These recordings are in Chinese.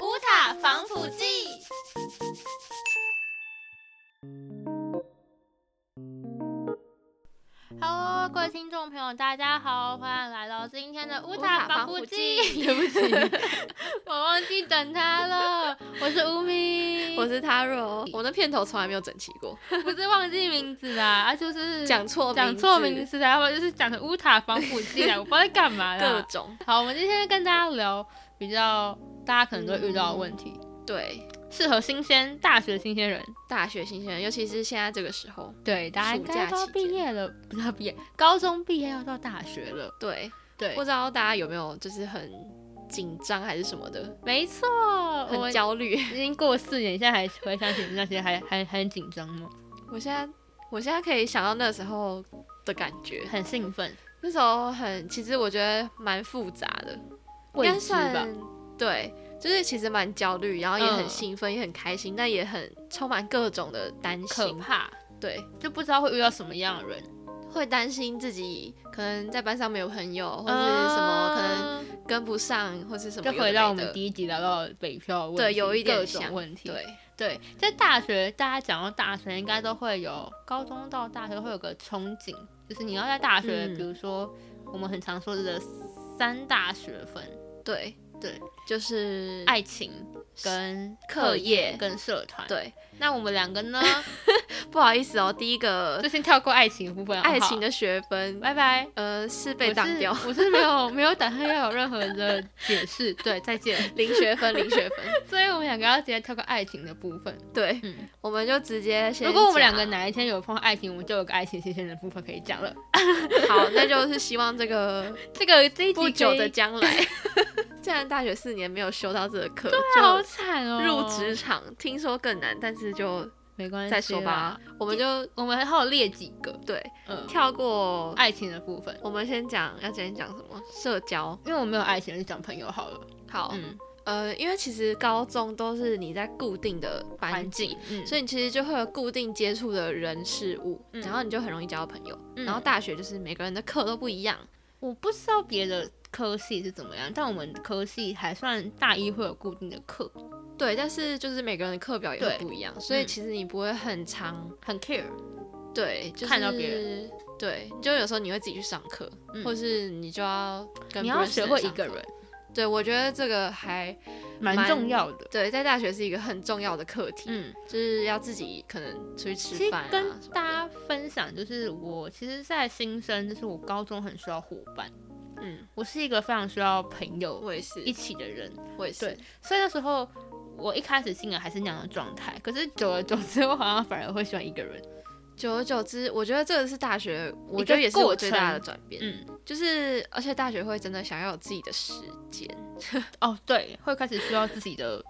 乌塔防腐剂。Hello，各位听众朋友，大家好，欢迎来到今天的乌塔防腐剂。乌塔防腐剂 对不起，我忘记等他了。我是乌咪，我是 Taro，我那片头从来没有整齐过，不是忘记名字啦？啊，就是讲错讲错名字，然后就是讲成乌塔防腐剂啊 啦，我不知道在干嘛各啦。种好，我们今天跟大家聊比较大家可能都会遇到的问题，对适合新鲜大学新鲜人。大学新鲜人，尤其是现在这个时候，对，大家应暑假该都期间毕业了，不是毕业，高中毕业要到大学了。对，对不，知道大家有没有就是很紧张还是什么的，没错，我很焦虑。 已经过四年，现在还回想起那些还，还还很紧张吗？我现在我现在可以想到那时候的感觉，很兴奋，那时候很其实我觉得蛮复杂的，应未该知吧算？对。就是其实蛮焦虑，然后也很嗯兴奋，也很开心，但也很充满各种的担可心。怕，对，就不知道会遇到什么样的人，会担心自己可能在班上没有朋友，或者什么可能能跟不上，或是什么有啊嗯就的没的。回到我们第一集聊到的北漂的问题，对有一点各种像问题。对对，在大学，大家讲到大学，应该都会有高中到大学会有个憧憬，就是你要在大学，嗯比如说我们很常说的三大学分，嗯对对，就是爱情跟课业跟社团。，对，那我们两个 呢，不好意思哦，第一个就先跳过爱情的部分好不好爱情，的学分，拜拜。呃，是被挡掉 我，是，我是没有没有打算要有任何的解释。对，再见。 零学分，零学分。所以我们两个要直接跳过爱情的部分。对，嗯，我们就直接先讲。啊如果我们两个哪一天有碰到爱情，我们就有个爱情新鲜人的部分可以讲了。好，那就是希望 这个这个这一集不久可的以将来， 既然大学四年没有修到这个课，好 就惨哦，入职场，听说更难，但是就没关系再说吧啦。。我们就我们还有列几个，对嗯，跳过，啊爱情的部分，我们先讲要先讲什么社交。因为我没有爱情，就讲朋友好了。好，嗯，呃，因为其实高中都是你在固定的环环境境。，嗯，所以你其实就会有固定接触的人事物，嗯然后你就很容易交到朋友。嗯然后大学就是每个人的课都不一样，我不知道别的科系是怎么样，但我们科系还算大一会有固定的课，对，但是就是每个人的课表也会对不一样，所以嗯其实你不会很常很 care，对，就是看到别人，对，就有时候你会自己去上课，嗯或是你就要跟你不要认识学的会上一个课人，对，我觉得这个还蛮蛮重要的。对，在大学是一个很重要的课题，嗯，就是要自己可能出去其吃实饭啊什么跟的，大家分享，就是我其实，在新生，就是我高中很需要伙伴，嗯，我是一个非常需要朋友我也是一，起的人，我也是，对所以那时候我一开始进来还是那样的状态，可是久而久之，我好像反而会喜欢一个人。久而久之，我觉得这个是大学，我一觉个得也是我过最大程的转变。嗯，就是而且大学会真的想要有自己的时间。哦，对，会开始需要自己的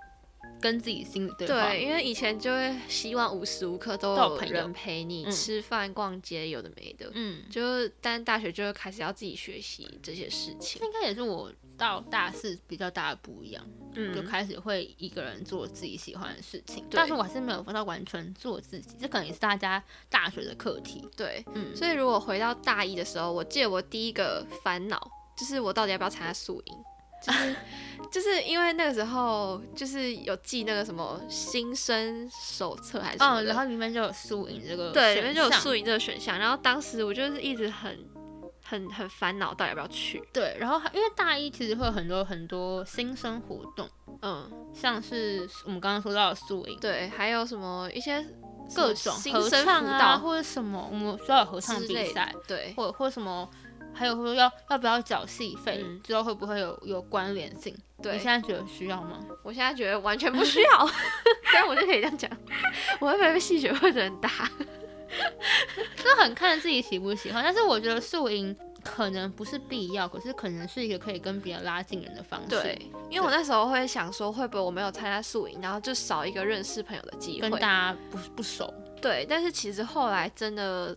跟自己心里对话。对，因为以前就会希望无时无刻都都有有朋友人陪你嗯吃饭、逛街，有的没的。嗯，就是，但大学就会开始要自己学习这些事情这。应该也是我到大四比较大的不一样，就嗯，开始会一个人做自己喜欢的事情。对但是我还是没有办到完全做自己，这可能也是大家大学的课题。对。嗯，所以如果回到大一的时候，我记得我第一个烦恼就是我到底要不要参加宿营。就是 就是因为那个时候就是有记那个什么新生手册还是什么嗯，的然后里面就有宿营这个对，里选面就有项宿营这个选项。然后当时我就是一直很、很、很烦恼，到底要不要去？对，然后还因为大一其实会有很多很多新生活动，嗯，像是我们刚刚说到的宿营，对，还有什么一些什么各种新合生唱辅啊，导或者什么，我们需要有合唱之比类的赛，对，或或什么，还有说要要不要缴戏费，嗯之后会不会有有关联性？对你现在觉得需要吗？我现在觉得完全不需要， 但我就可以这样讲， 我会不会被戏学会的人打？这很看自己喜不喜欢，但是我觉得宿营可能不是必要，可是可能是一个可以跟别人拉近人的方式，对，，因为我那时候会想说，会不会我没有参加宿营，然后就少一个认识朋友的机跟会大？家不不熟，对，但是其实后来真的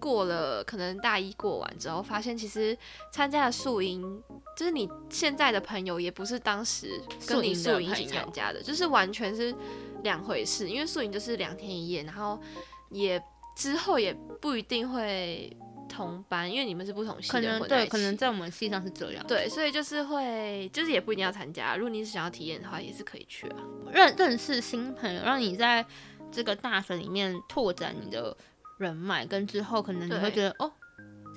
过了，可能大一过完之后，发现其实参加的宿营，就是你现在的朋友，也不是当时跟你宿宿营营的朋一友起参加的，就是完全是两回事。因为宿营就是两天一夜，然后也之后也不一定会同班，因为你们是不同系可的人能混在一对，起可能在我们系上是这样。对，所以就是会，就是也不一定要参加。如果你是想要体验的话，也是可以去啊。认认识新朋友，让你在这个大学里面拓展你的人脉，跟之后可能你对会觉得哦，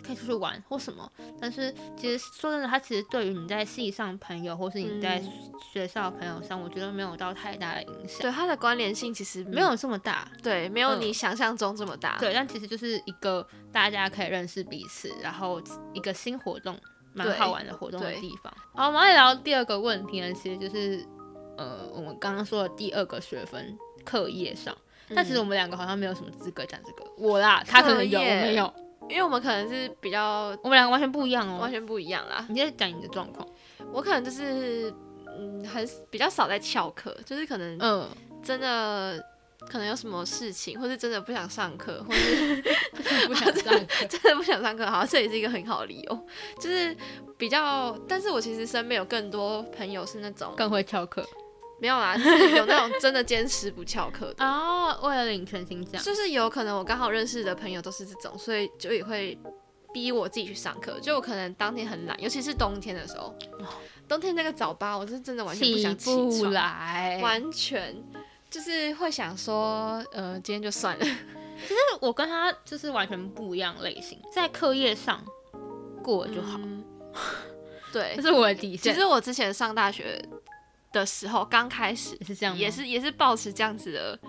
可以出去玩或什么。但是其实说真的，它其实对于你在系上朋友，或是你在嗯学校的朋友上，我觉得没有到太大的影响，对，它的关联性其实没有这么大。对，没有嗯你想象中这么大。对，但其实就是一个大家可以认识彼此，然后一个新活动，蛮对好玩的活动的对地方。好，我们来聊第二个问题呢，其实就是呃，我们刚刚说的第二个学分课业上，嗯，但其实我们两个好像没有什么资格讲这个。我啦，他可能有，课我业没有，因为我们可能是比较我们两个完全不一样完哦。全不一样啦。你在讲你的状况，我可能就是嗯，很比较少在翘课，就是可能嗯，真的。可能有什么事情，或是真的不想上课，或是 不想上课真的不想上课，好，像这也是一个很好的理由，就是比较。但是我其实身边有更多朋友是那 种更会翘课没有啦，就是有那种真的坚持不翘课的，哦，为了领全勤奖，就是有可能我刚好认识的朋友都是这种，所以就也会逼我自己去上课。就我可能当天很懒，尤其是冬天的时候，冬天那个早八我是真的完全不哦起想起床，不来。完全就是会想说，呃，今天就算了。但我跟他就是完全不一样类型，在课业上过就好， 嗯对这，是我的底其线。实我之前上大学的时候，刚开始也是这样吗，也是也是抱持这样子的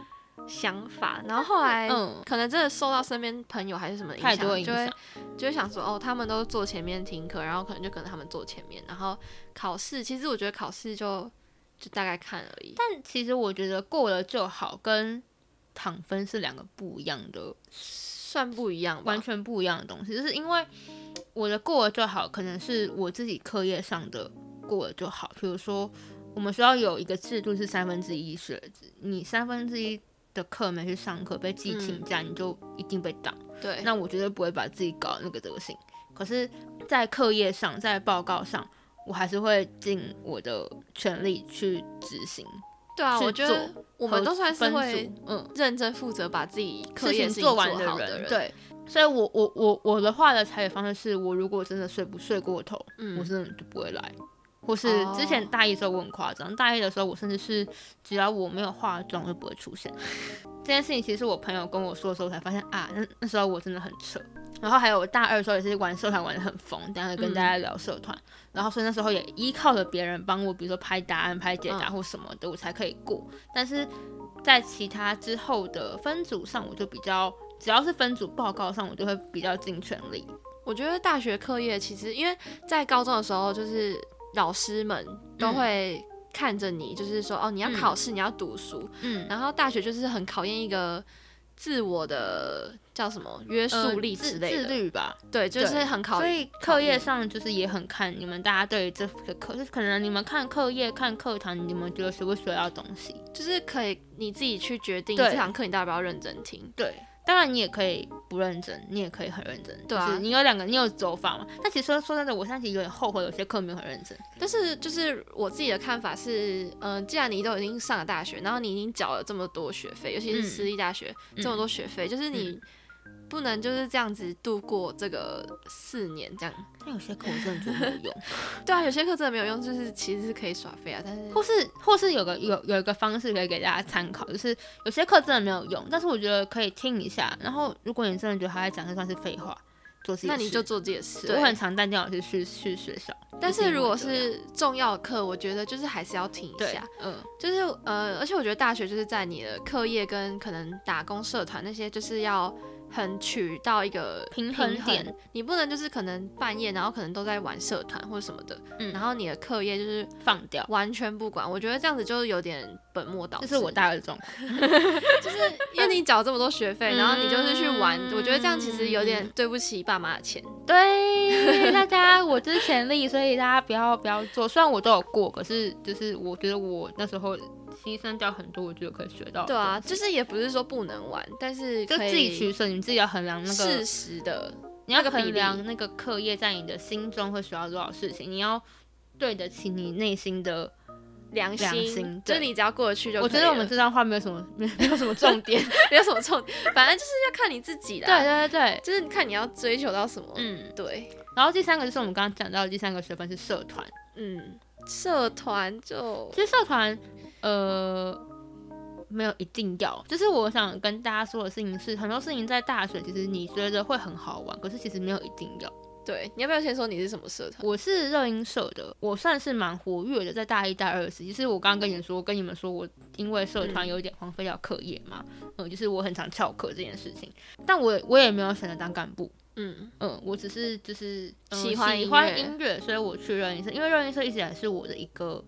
想法，然后后来。嗯，可能真的受到身边朋友还是什么影响，太多影就响会，就会想说，哦，他们都坐前面听课，然后可能就跟着他们坐前面，然后考试，其实我觉得考试就就大概看而已。但其实我觉得过了就好，跟躺分是两个不一样的算不一样吧，完全不一样的东西，就是因为我的过了就好，可能是我自己课业上的过了就好。比如说，我们学校有一个制度是三分之一学制，你三分之一的课没去上课被记请假，你就一定被挡。嗯对，那我绝对不会把自己搞那个德行。可是，在课业上，在报告上，我还是会尽我的全力去执行。对啊，去我觉得做我们都算是分会组，嗯，认真负责把自己课事业情事情做完做好的人，，对。所以我，我我我的话的裁决方式是我如果真的睡不睡过头，我嗯，真的就不会来。或是哦之前大一的时候我很夸张，大一的时候我甚至是只要我没有化妆我就不会出现。这件事情其实是我朋友跟我说的时候我才发现啊，那那时候我真的很扯。然后还有我大二的时候也是玩社团玩的很疯，等一下会跟嗯大家聊社团。然后所以那时候也依靠着别人帮我，比如说拍答案、拍解答嗯或什么的，我才可以过。但是在其他之后的分组上，我就比较只要是分组报告上，我就会比较尽全力。我觉得大学课业其实，因为在高中的时候，就是老师们都嗯会看着你，就是说，哦，你要嗯考试，你要读书，嗯，然后大学就是很考验一个自我的叫什么约呃束力之自类自的，律吧，对，就是对很考所验。以课嗯业上就是也很看你们大家对于这个课，就是可能你们看课业、看课堂，你们觉得学不学到东西。就是可以你自己去决定对这堂课你到底要不要认真听。对，当然你也可以不认真，你也可以很认真。对啊就是你有两个，你有走法嘛。但其实说说真的，我现在其实有点后悔，有些课没有很认真。但是就是我自己的看法是，嗯、既然你都已经上了大学，然后你已经缴了这么多学费，尤其是嗯私立大学、这么多学费，就是你不能就是这样子度过这个四年这样。但有些课我真的觉得没有 用，对啊，有些课真的没有用，就是其实是可以耍废啊，但是或是或是有个有有一个方式可以给大家参考，就是有些课真的没有用，但是我觉得可以听一下。然后如果你真的觉得他在讲这算是废话，做自己那的你事就做自己的事。我对很常带电脑去去去学校，但就是因为如果这样是重要的课，我觉得就是还是要听一对下。，嗯。就是呃，而且我觉得大学就是在你的课业跟可能打工、社团那些，就是要很取到一个平衡点你不能就是可能半夜，然后可能都在玩社团或者什么的，嗯然后你的课业就是放掉。完全不管。我觉得这样子就是有点本末倒这置。是我大二的状况，就是因为你缴这么多学费，然后你就是去玩，嗯我觉得这样其实有点对不起爸妈的钱。对大家，我之前力，所以大家不要不要做。虽然我都有过，可是就是我觉得我那时候牺牲掉很多，我觉得可以学到。对啊，，就是也不是说不能玩，但是就可以自己取舍，你自己要衡量那适个，时的你要那个比例衡量那个课业在你的心中会学到多少事情，你要对得起你内心的良心，良心就对是你只要过得去就我可觉以得我们了这段话没有什么没有什么重 点。啊没有什么重点，反正就是要看你自己的、对，对对对，就是你看你要追求到什么。嗯。对，然后第三个就是我们刚刚讲到的第三个学分是社团，嗯，社团就其实社团呃没有一定要，就是我想跟大家说的事情是，很多事情在大学其实你觉得会很好玩，可是其实没有一定要。对，你要不要先说你是什么社团？我是热音社的，我算是蛮活跃的，在大一、大二时。其实我刚刚跟你说，跟你们说，我因为社团嗯有一点荒废掉课业嘛，嗯、就是我很常翘课这件事情。但我我也没有选择当干部，嗯嗯、我只是就是、呃喜欢喜音乐欢音乐，所以我去热音社，因为热音社一直以来是我的一个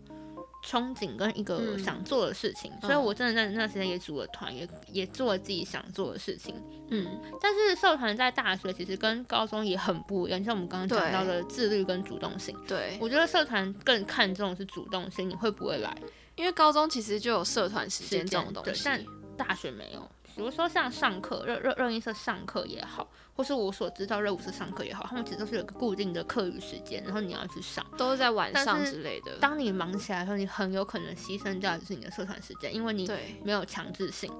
憧憬跟一个嗯想做的事情，所以我真的在那时间也组了团，也也做了自己想做的事情。嗯，但是社团在大学其实跟高中也很不一样，像我们刚刚讲对到的自律跟主动性。对，我觉得社团更看重的是主动性，你会不会来？因为高中其实就有社团时间时这间种东对西，但大学没有，比如说像上课，热热热音社上课也好，或是我所知道热舞社上课也好，他们其实都是有个固定的课余时间，然后你要去上。都是在晚但上是之类的。当你忙起来的时候，你很有可能牺牲掉的就是你的社团时间，因为你对，没有强制性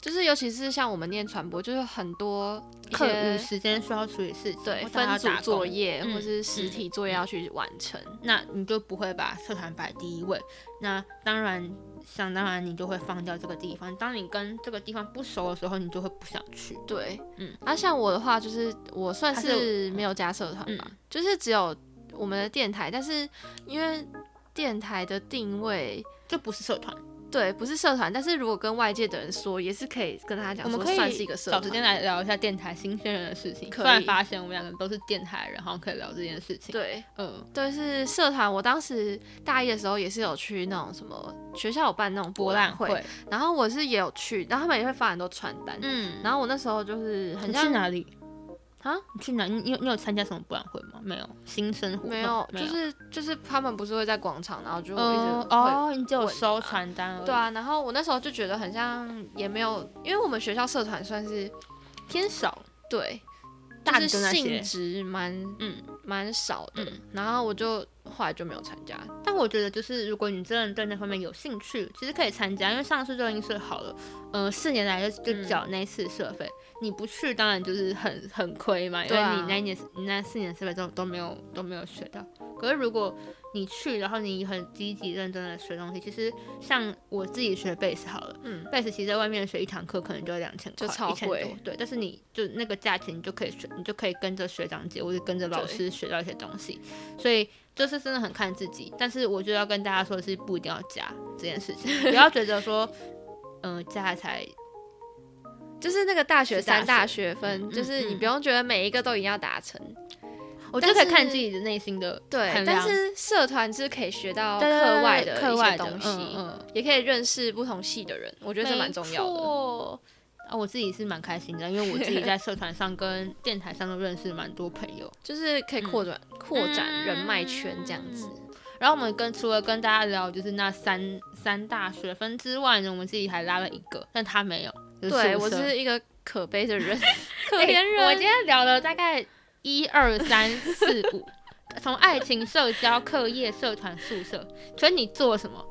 就是尤其是像我们念传播，就是很多一课余些时间需要处理事情，对或大家分组打工作业嗯或是实体作业要去完成。那你就不会把社团摆第一位。那当然，想当然你就会放掉这个地方。当你跟这个地方不熟的时候，你就会不想去。对，嗯嗯，啊，像我的话，就是我算还是是没有加社团吧，嗯就是只有我们的电台，但是因为电台的定位。就不是社团，对，不是社团，但是如果跟外界的人说，也是可以跟他讲我们说可以算是一个社找时间团。来聊一下电台新鲜人的事情。可以突然发现我们两个都是电台人，好像可以聊这件事情。，对，嗯，对，是社团。我当时大一的时候也是有去那种什么学校有办那种博览会，会，然后我是也有去，然后他们也会发很多传单。嗯，然后我那时候就是很你去像哪里？啊，你去哪？你你有你有参加什么博览会吗？没有，新生活动没有，没就有。是就是他们不是会在广场，然后就一直呃会、哦，你只有问收嘛传单而已。对，啊，然后我那时候就觉得很像，也没有，因为我们学校社团算是偏少。对，大就的是那性些质蛮嗯，蛮少的，嗯然后我就后来就没有参加。但我觉得，就是如果你真的对那方面有兴趣，其实可以参加，因为上次就已经说好了，呃，四年来就嗯就缴那一次社费，你不去当然就是很很亏嘛，因为对啊你那一年、你那四年社费都都没有都没有学到。可是如果你去，然后你很积极认真的学东西，其实像我自己学贝斯好了，嗯，贝斯其实在外面学一堂课可能就要两千就块，超一千贵多，对，但是你就那个价钱，你就可以学，你就可以跟着学长姐或者跟着老师学到一些东西，所以就是真的很看自己。但是我就要跟大家说的是，不一定要加这件事 情，不要觉得说，嗯、加才就是那个大学是大三大学分，嗯嗯就是你嗯不用觉得每一个都一定要达成，我觉得可但以是看自己的内心的对衡，但量是社团是可以学到对对对课对外的课一外些的东西，嗯嗯，也可以认识不同系的人，我觉觉得这蛮重要的。啊，我自己是蛮开心的，因为我自己在社团上跟电台上都认识蛮多朋友。就是可以扩展、扩展人脉圈这样子。然后我们跟除了跟大家聊就是那三三大学分之外呢，我们自己还拉了一个，但他没有。就是嗯对宿我舍是一个可悲的 人，可哎怜人。我今天聊了大概一二三四五，从爱情、社交、课业、社团、宿舍，所以你做了什么？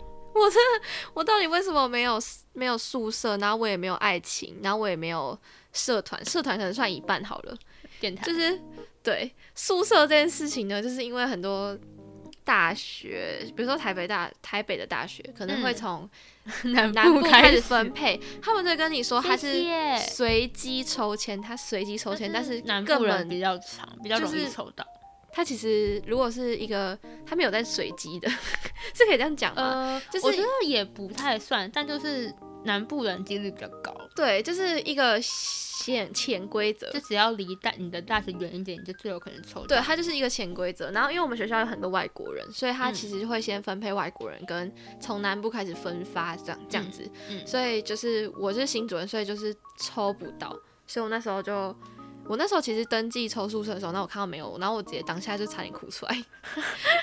我到底为什么没有没有宿舍？然后我也没有爱情，然后我也没有社团，社团可能算一半好了。电台就是对宿舍这件事情呢，就是因为很多。大学，比如说台北大台北的大学，可能会嗯从南南部开开始分配，他们就跟你说谢他是谢随机抽签，他随机抽签，但是南根部人本比较长，比较容就易是抽到。他其实如果是一个他没有在随机的， 是可以这样讲吗？呃，就是我觉得也不太算，但就是南部人几率比较高，对，就是一个潜潜规则就。只要离大你的大学远一点，你就最有可能抽到。对，它就是一个潜规则。然后，因为我们学校有很多外国人，所以他嗯其实会先分配外国人，跟从南部开始分发这样这样子。嗯所以就是我是新主任，所以就是抽不到。所以我那时候就，我那时候其实登记抽宿舍的时候，那我看到没有，然后我直接当下就差点哭出来，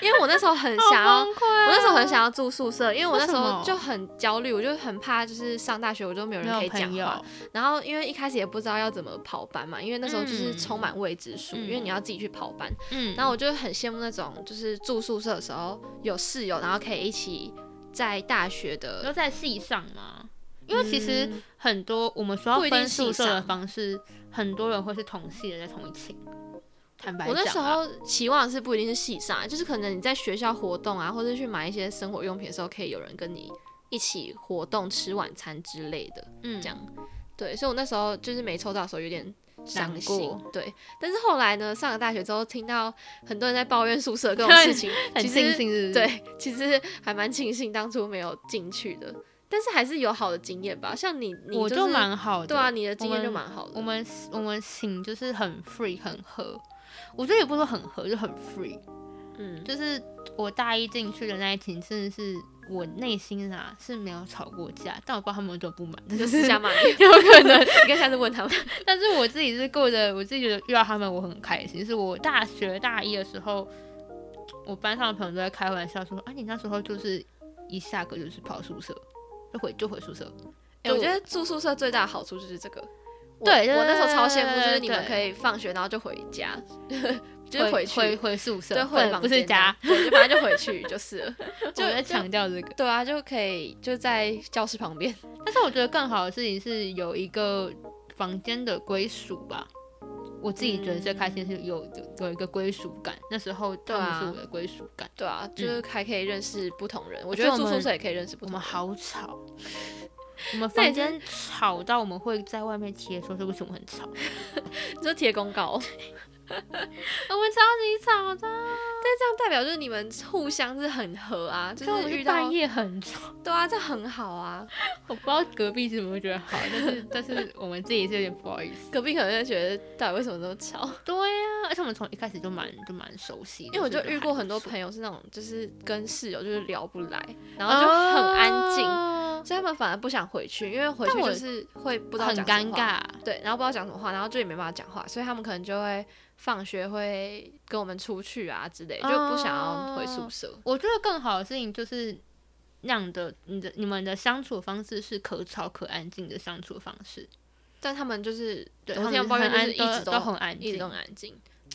因为我那时候很好想要崩溃哦我那时候很想要住宿舍，因为我那时为什候么就很焦虑，我就很怕，就是上大学我就没有人可没以有讲朋话友。，然后因为一开始也不知道要怎么跑班嘛，因为那时候就是充满未知数，嗯因为你要自己去跑班。嗯然后我就很羡慕那种就是住宿舍的时候有室友，然后可以一起在大学你说的，在系上吗？因为其实很多我们学校嗯不一定分宿舍的系上方式，很多人会是同系的在同一寝。坦白我讲啊，那时候期望是不一定是系上，啊就是可能你在学校活动啊，或者去买一些生活用品的时候，可以有人跟你一起活动、吃晚餐之类的。嗯这样对，所以我那时候就是没抽到的时候有点伤难心过。，对，但是后来呢，上了大学之后，听到很多人在抱怨宿舍各种事情很其庆实幸是不是，对， 其实还蛮庆幸当初没有进去的，但是还是有好的经验吧。像你，你我就就是蛮好的。对啊，你的经验们就蛮好的。我们我们醒就是很 free 很合，我觉得也不是说很合，就很 free。嗯，就是我大一进去的那一群，真的是我内心啊是没有吵过架，但我不知道他们有多不满，就就私是下骂 你，有可能。你可以下次问他 们。但是我自己是过得，我自己觉得遇到他们我很开心。是我大学大一的时候，我班上的朋友都在开玩笑说：“啊，你那时候就是一下课就是跑宿舍，就回就回宿舍。哎、就我觉得住宿舍最大的好处就是这个。我对对我那时候对超羡慕，对就是你们对可以放学然后就回 家，就是回去，回回宿舍，对，回不房不是间家。这样，对，就反正就回去就是了。就就在就强调这个。 对啊，就可以就在教室旁边。但是我觉得更好的事情是有一个房间的归属吧。我自己觉得最开心是有有一个归属感，那时候他们是对啊我的归属感。对啊，就是还可以认识不同人。我而觉且得我住宿们舍也可以认识不我同们人。好吵， 我们那房也是间吵到我们会在外面贴说是为什么很 吵，我们就贴公告，超级吵的，这样代表就是你们互相是很合啊，就所以我是们遇是到半夜很 吵。对啊，这很好啊。我不知道隔壁是不是觉得好，但 是但是我们自己是有点不好意思。隔壁可能就觉得到底为什么那么吵？对呀、而且我们从一开始就蛮就蛮熟悉的，因为我就所以遇过还很多不朋友是那种，就是跟室友就是聊不来，然错，后就很安静，哦所以他们反而不想回去，因为回去但我就是会不知道很讲什尴么话，尬。对，然后不知道讲什么话，然后就也没办法讲话，所以他们可能就会放学会跟我们出去啊之类，就不想要回宿舍。我觉得更好的事情就是那样的，你的你们的相处方式是可吵可安静的相处方式。但他们就是，对，我他听到们抱怨很就是安一直都都很安一直静都。很安静。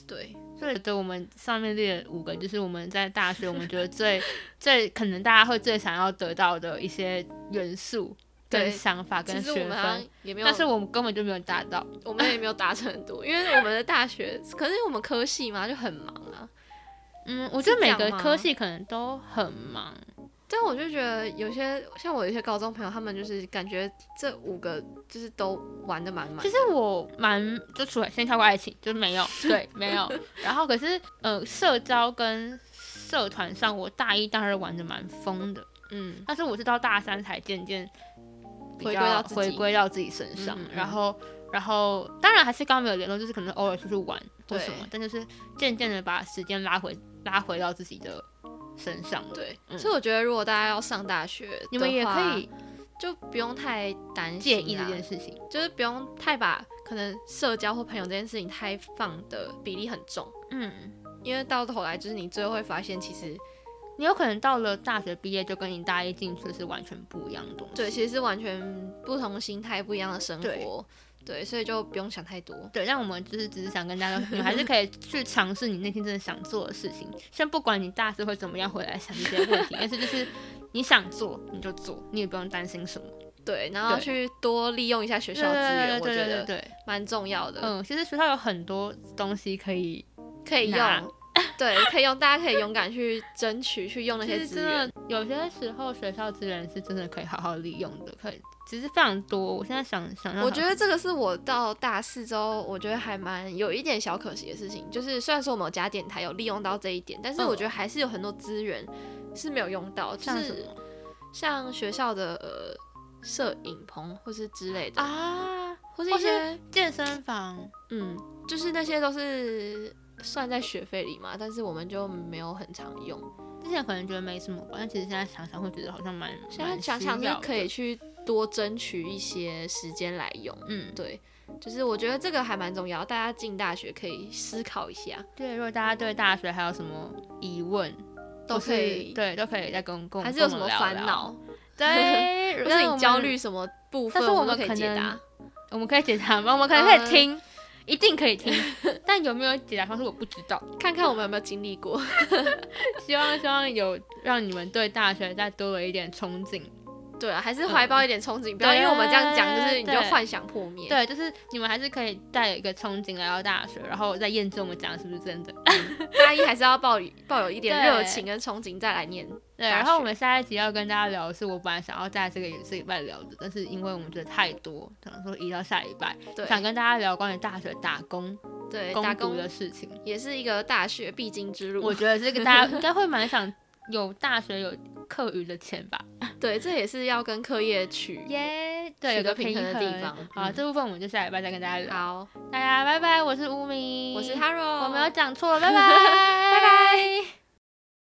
对，所以，对我们上面列了五个，就是我们在大学，我们觉得 最最可能大家会最想要得到的一些元素、跟对想法、跟啊其实我学们好像分，也没有，但是我们根本就没有达到。我们也没有达成很多，因为我们的大学，可是我们科系嘛就很忙啊。嗯，我是觉得这每样个吗科系可能都很忙，但我就觉得有些像我有一些高中朋友，他们就是感觉这五个就是都玩的满满。其实我蛮就除了先跳过爱情，就是 没有对没有。然后可是呃，社交跟社团上，我大一大二玩的蛮疯的，嗯，但是我是到大三才渐渐比回归较到自己回归到自己身上。嗯嗯嗯然后然后当然还是刚刚没有联络，就是可能偶尔出去玩或对什么，但就是渐渐的把时间拉回拉回到自己的身上了。对，嗯所以我觉得如果大家要上大学，你们也可以，就不用太担介心意这啦件事情，就是不用太把可能社交或朋友这件事情太放的比例很重，嗯，因为到头来就是你最后会发现，其实你有可能到了大学毕业就跟你大一进去是完全不一样的东西。对，其实是完全不同心态、不一样的生活，对，所以就不用想太多。对，但我们就是只是想跟大家说，你们还是可以去尝试你内心真的想做的事情。先不管你大四会怎么样回来想这些问题，但是就是你想做你就做，你也不用担心什么对，然后对去多利用一下学对校资源，我对对觉对对得对，蛮重要的，嗯，其实学校有很多东西可以，可以拿用。 对，可以用，大家可以勇敢去争取，去用那其些实资真源嗯的。有些时候学校资源是真的可以好好利用的，可以其实非常多。我现在想想，我觉得这个是我到大四之后，我觉得还蛮有一点小可惜的事情，就是虽然说我们有加电台有利用到这一点，但是嗯我觉得还是有很多资源是没有用到，就像什是么像学校的呃摄影棚或是之类的，啊，或是或一是些健身房，嗯，就是那些都是算在学费里嘛，但是我们就没有很常用。之前可能觉得没什么吧，但其实现在想想会觉得好像蛮，现在蛮想需想是要可以的，去多争取一些时间来用，嗯。对。就是我觉得这个还蛮重要，大家进大学可以思考一下。对，如果大家对大学还有什么疑问，都或是可以对，都可以再跟我们跟我还们是有跟什我么们聊烦聊，恼，对， 或让是我你焦们，虑什么部但分，是我们都们可以可解能答。我们可以解答吗？我们可能可以嗯听，一定可以听，但但有没有解答方式我不知道。看看我们有没有经历过。希望希望有让你们对大学再多了一点憧憬。对啊，还是怀抱一点憧憬，不要因为我们这样讲，就是你嗯就对幻想破灭。对，就是你们还是可以带有一个憧憬来到大学，然后再验证我们讲的是不是真的。大一还是要抱抱有一点对热情跟憧憬再来念。对，大然后学我们下一集要跟大家聊的是，我本来想要在这个这礼拜聊的，但是因为我们觉得太多，想说移到下礼拜，对想跟大家聊关于大学打工、对，工打读工的事情。也是一个大学必经之路。我觉得这个大家应该会蛮想有大学有课余的钱 吧？对，这也是要跟课业取。耶、对，取有个个平平衡的地方好，嗯这部分我们就下礼拜再跟大家聊。好，大家拜拜，我是乌米，我是 Haro，我没有讲错，拜拜，拜 拜。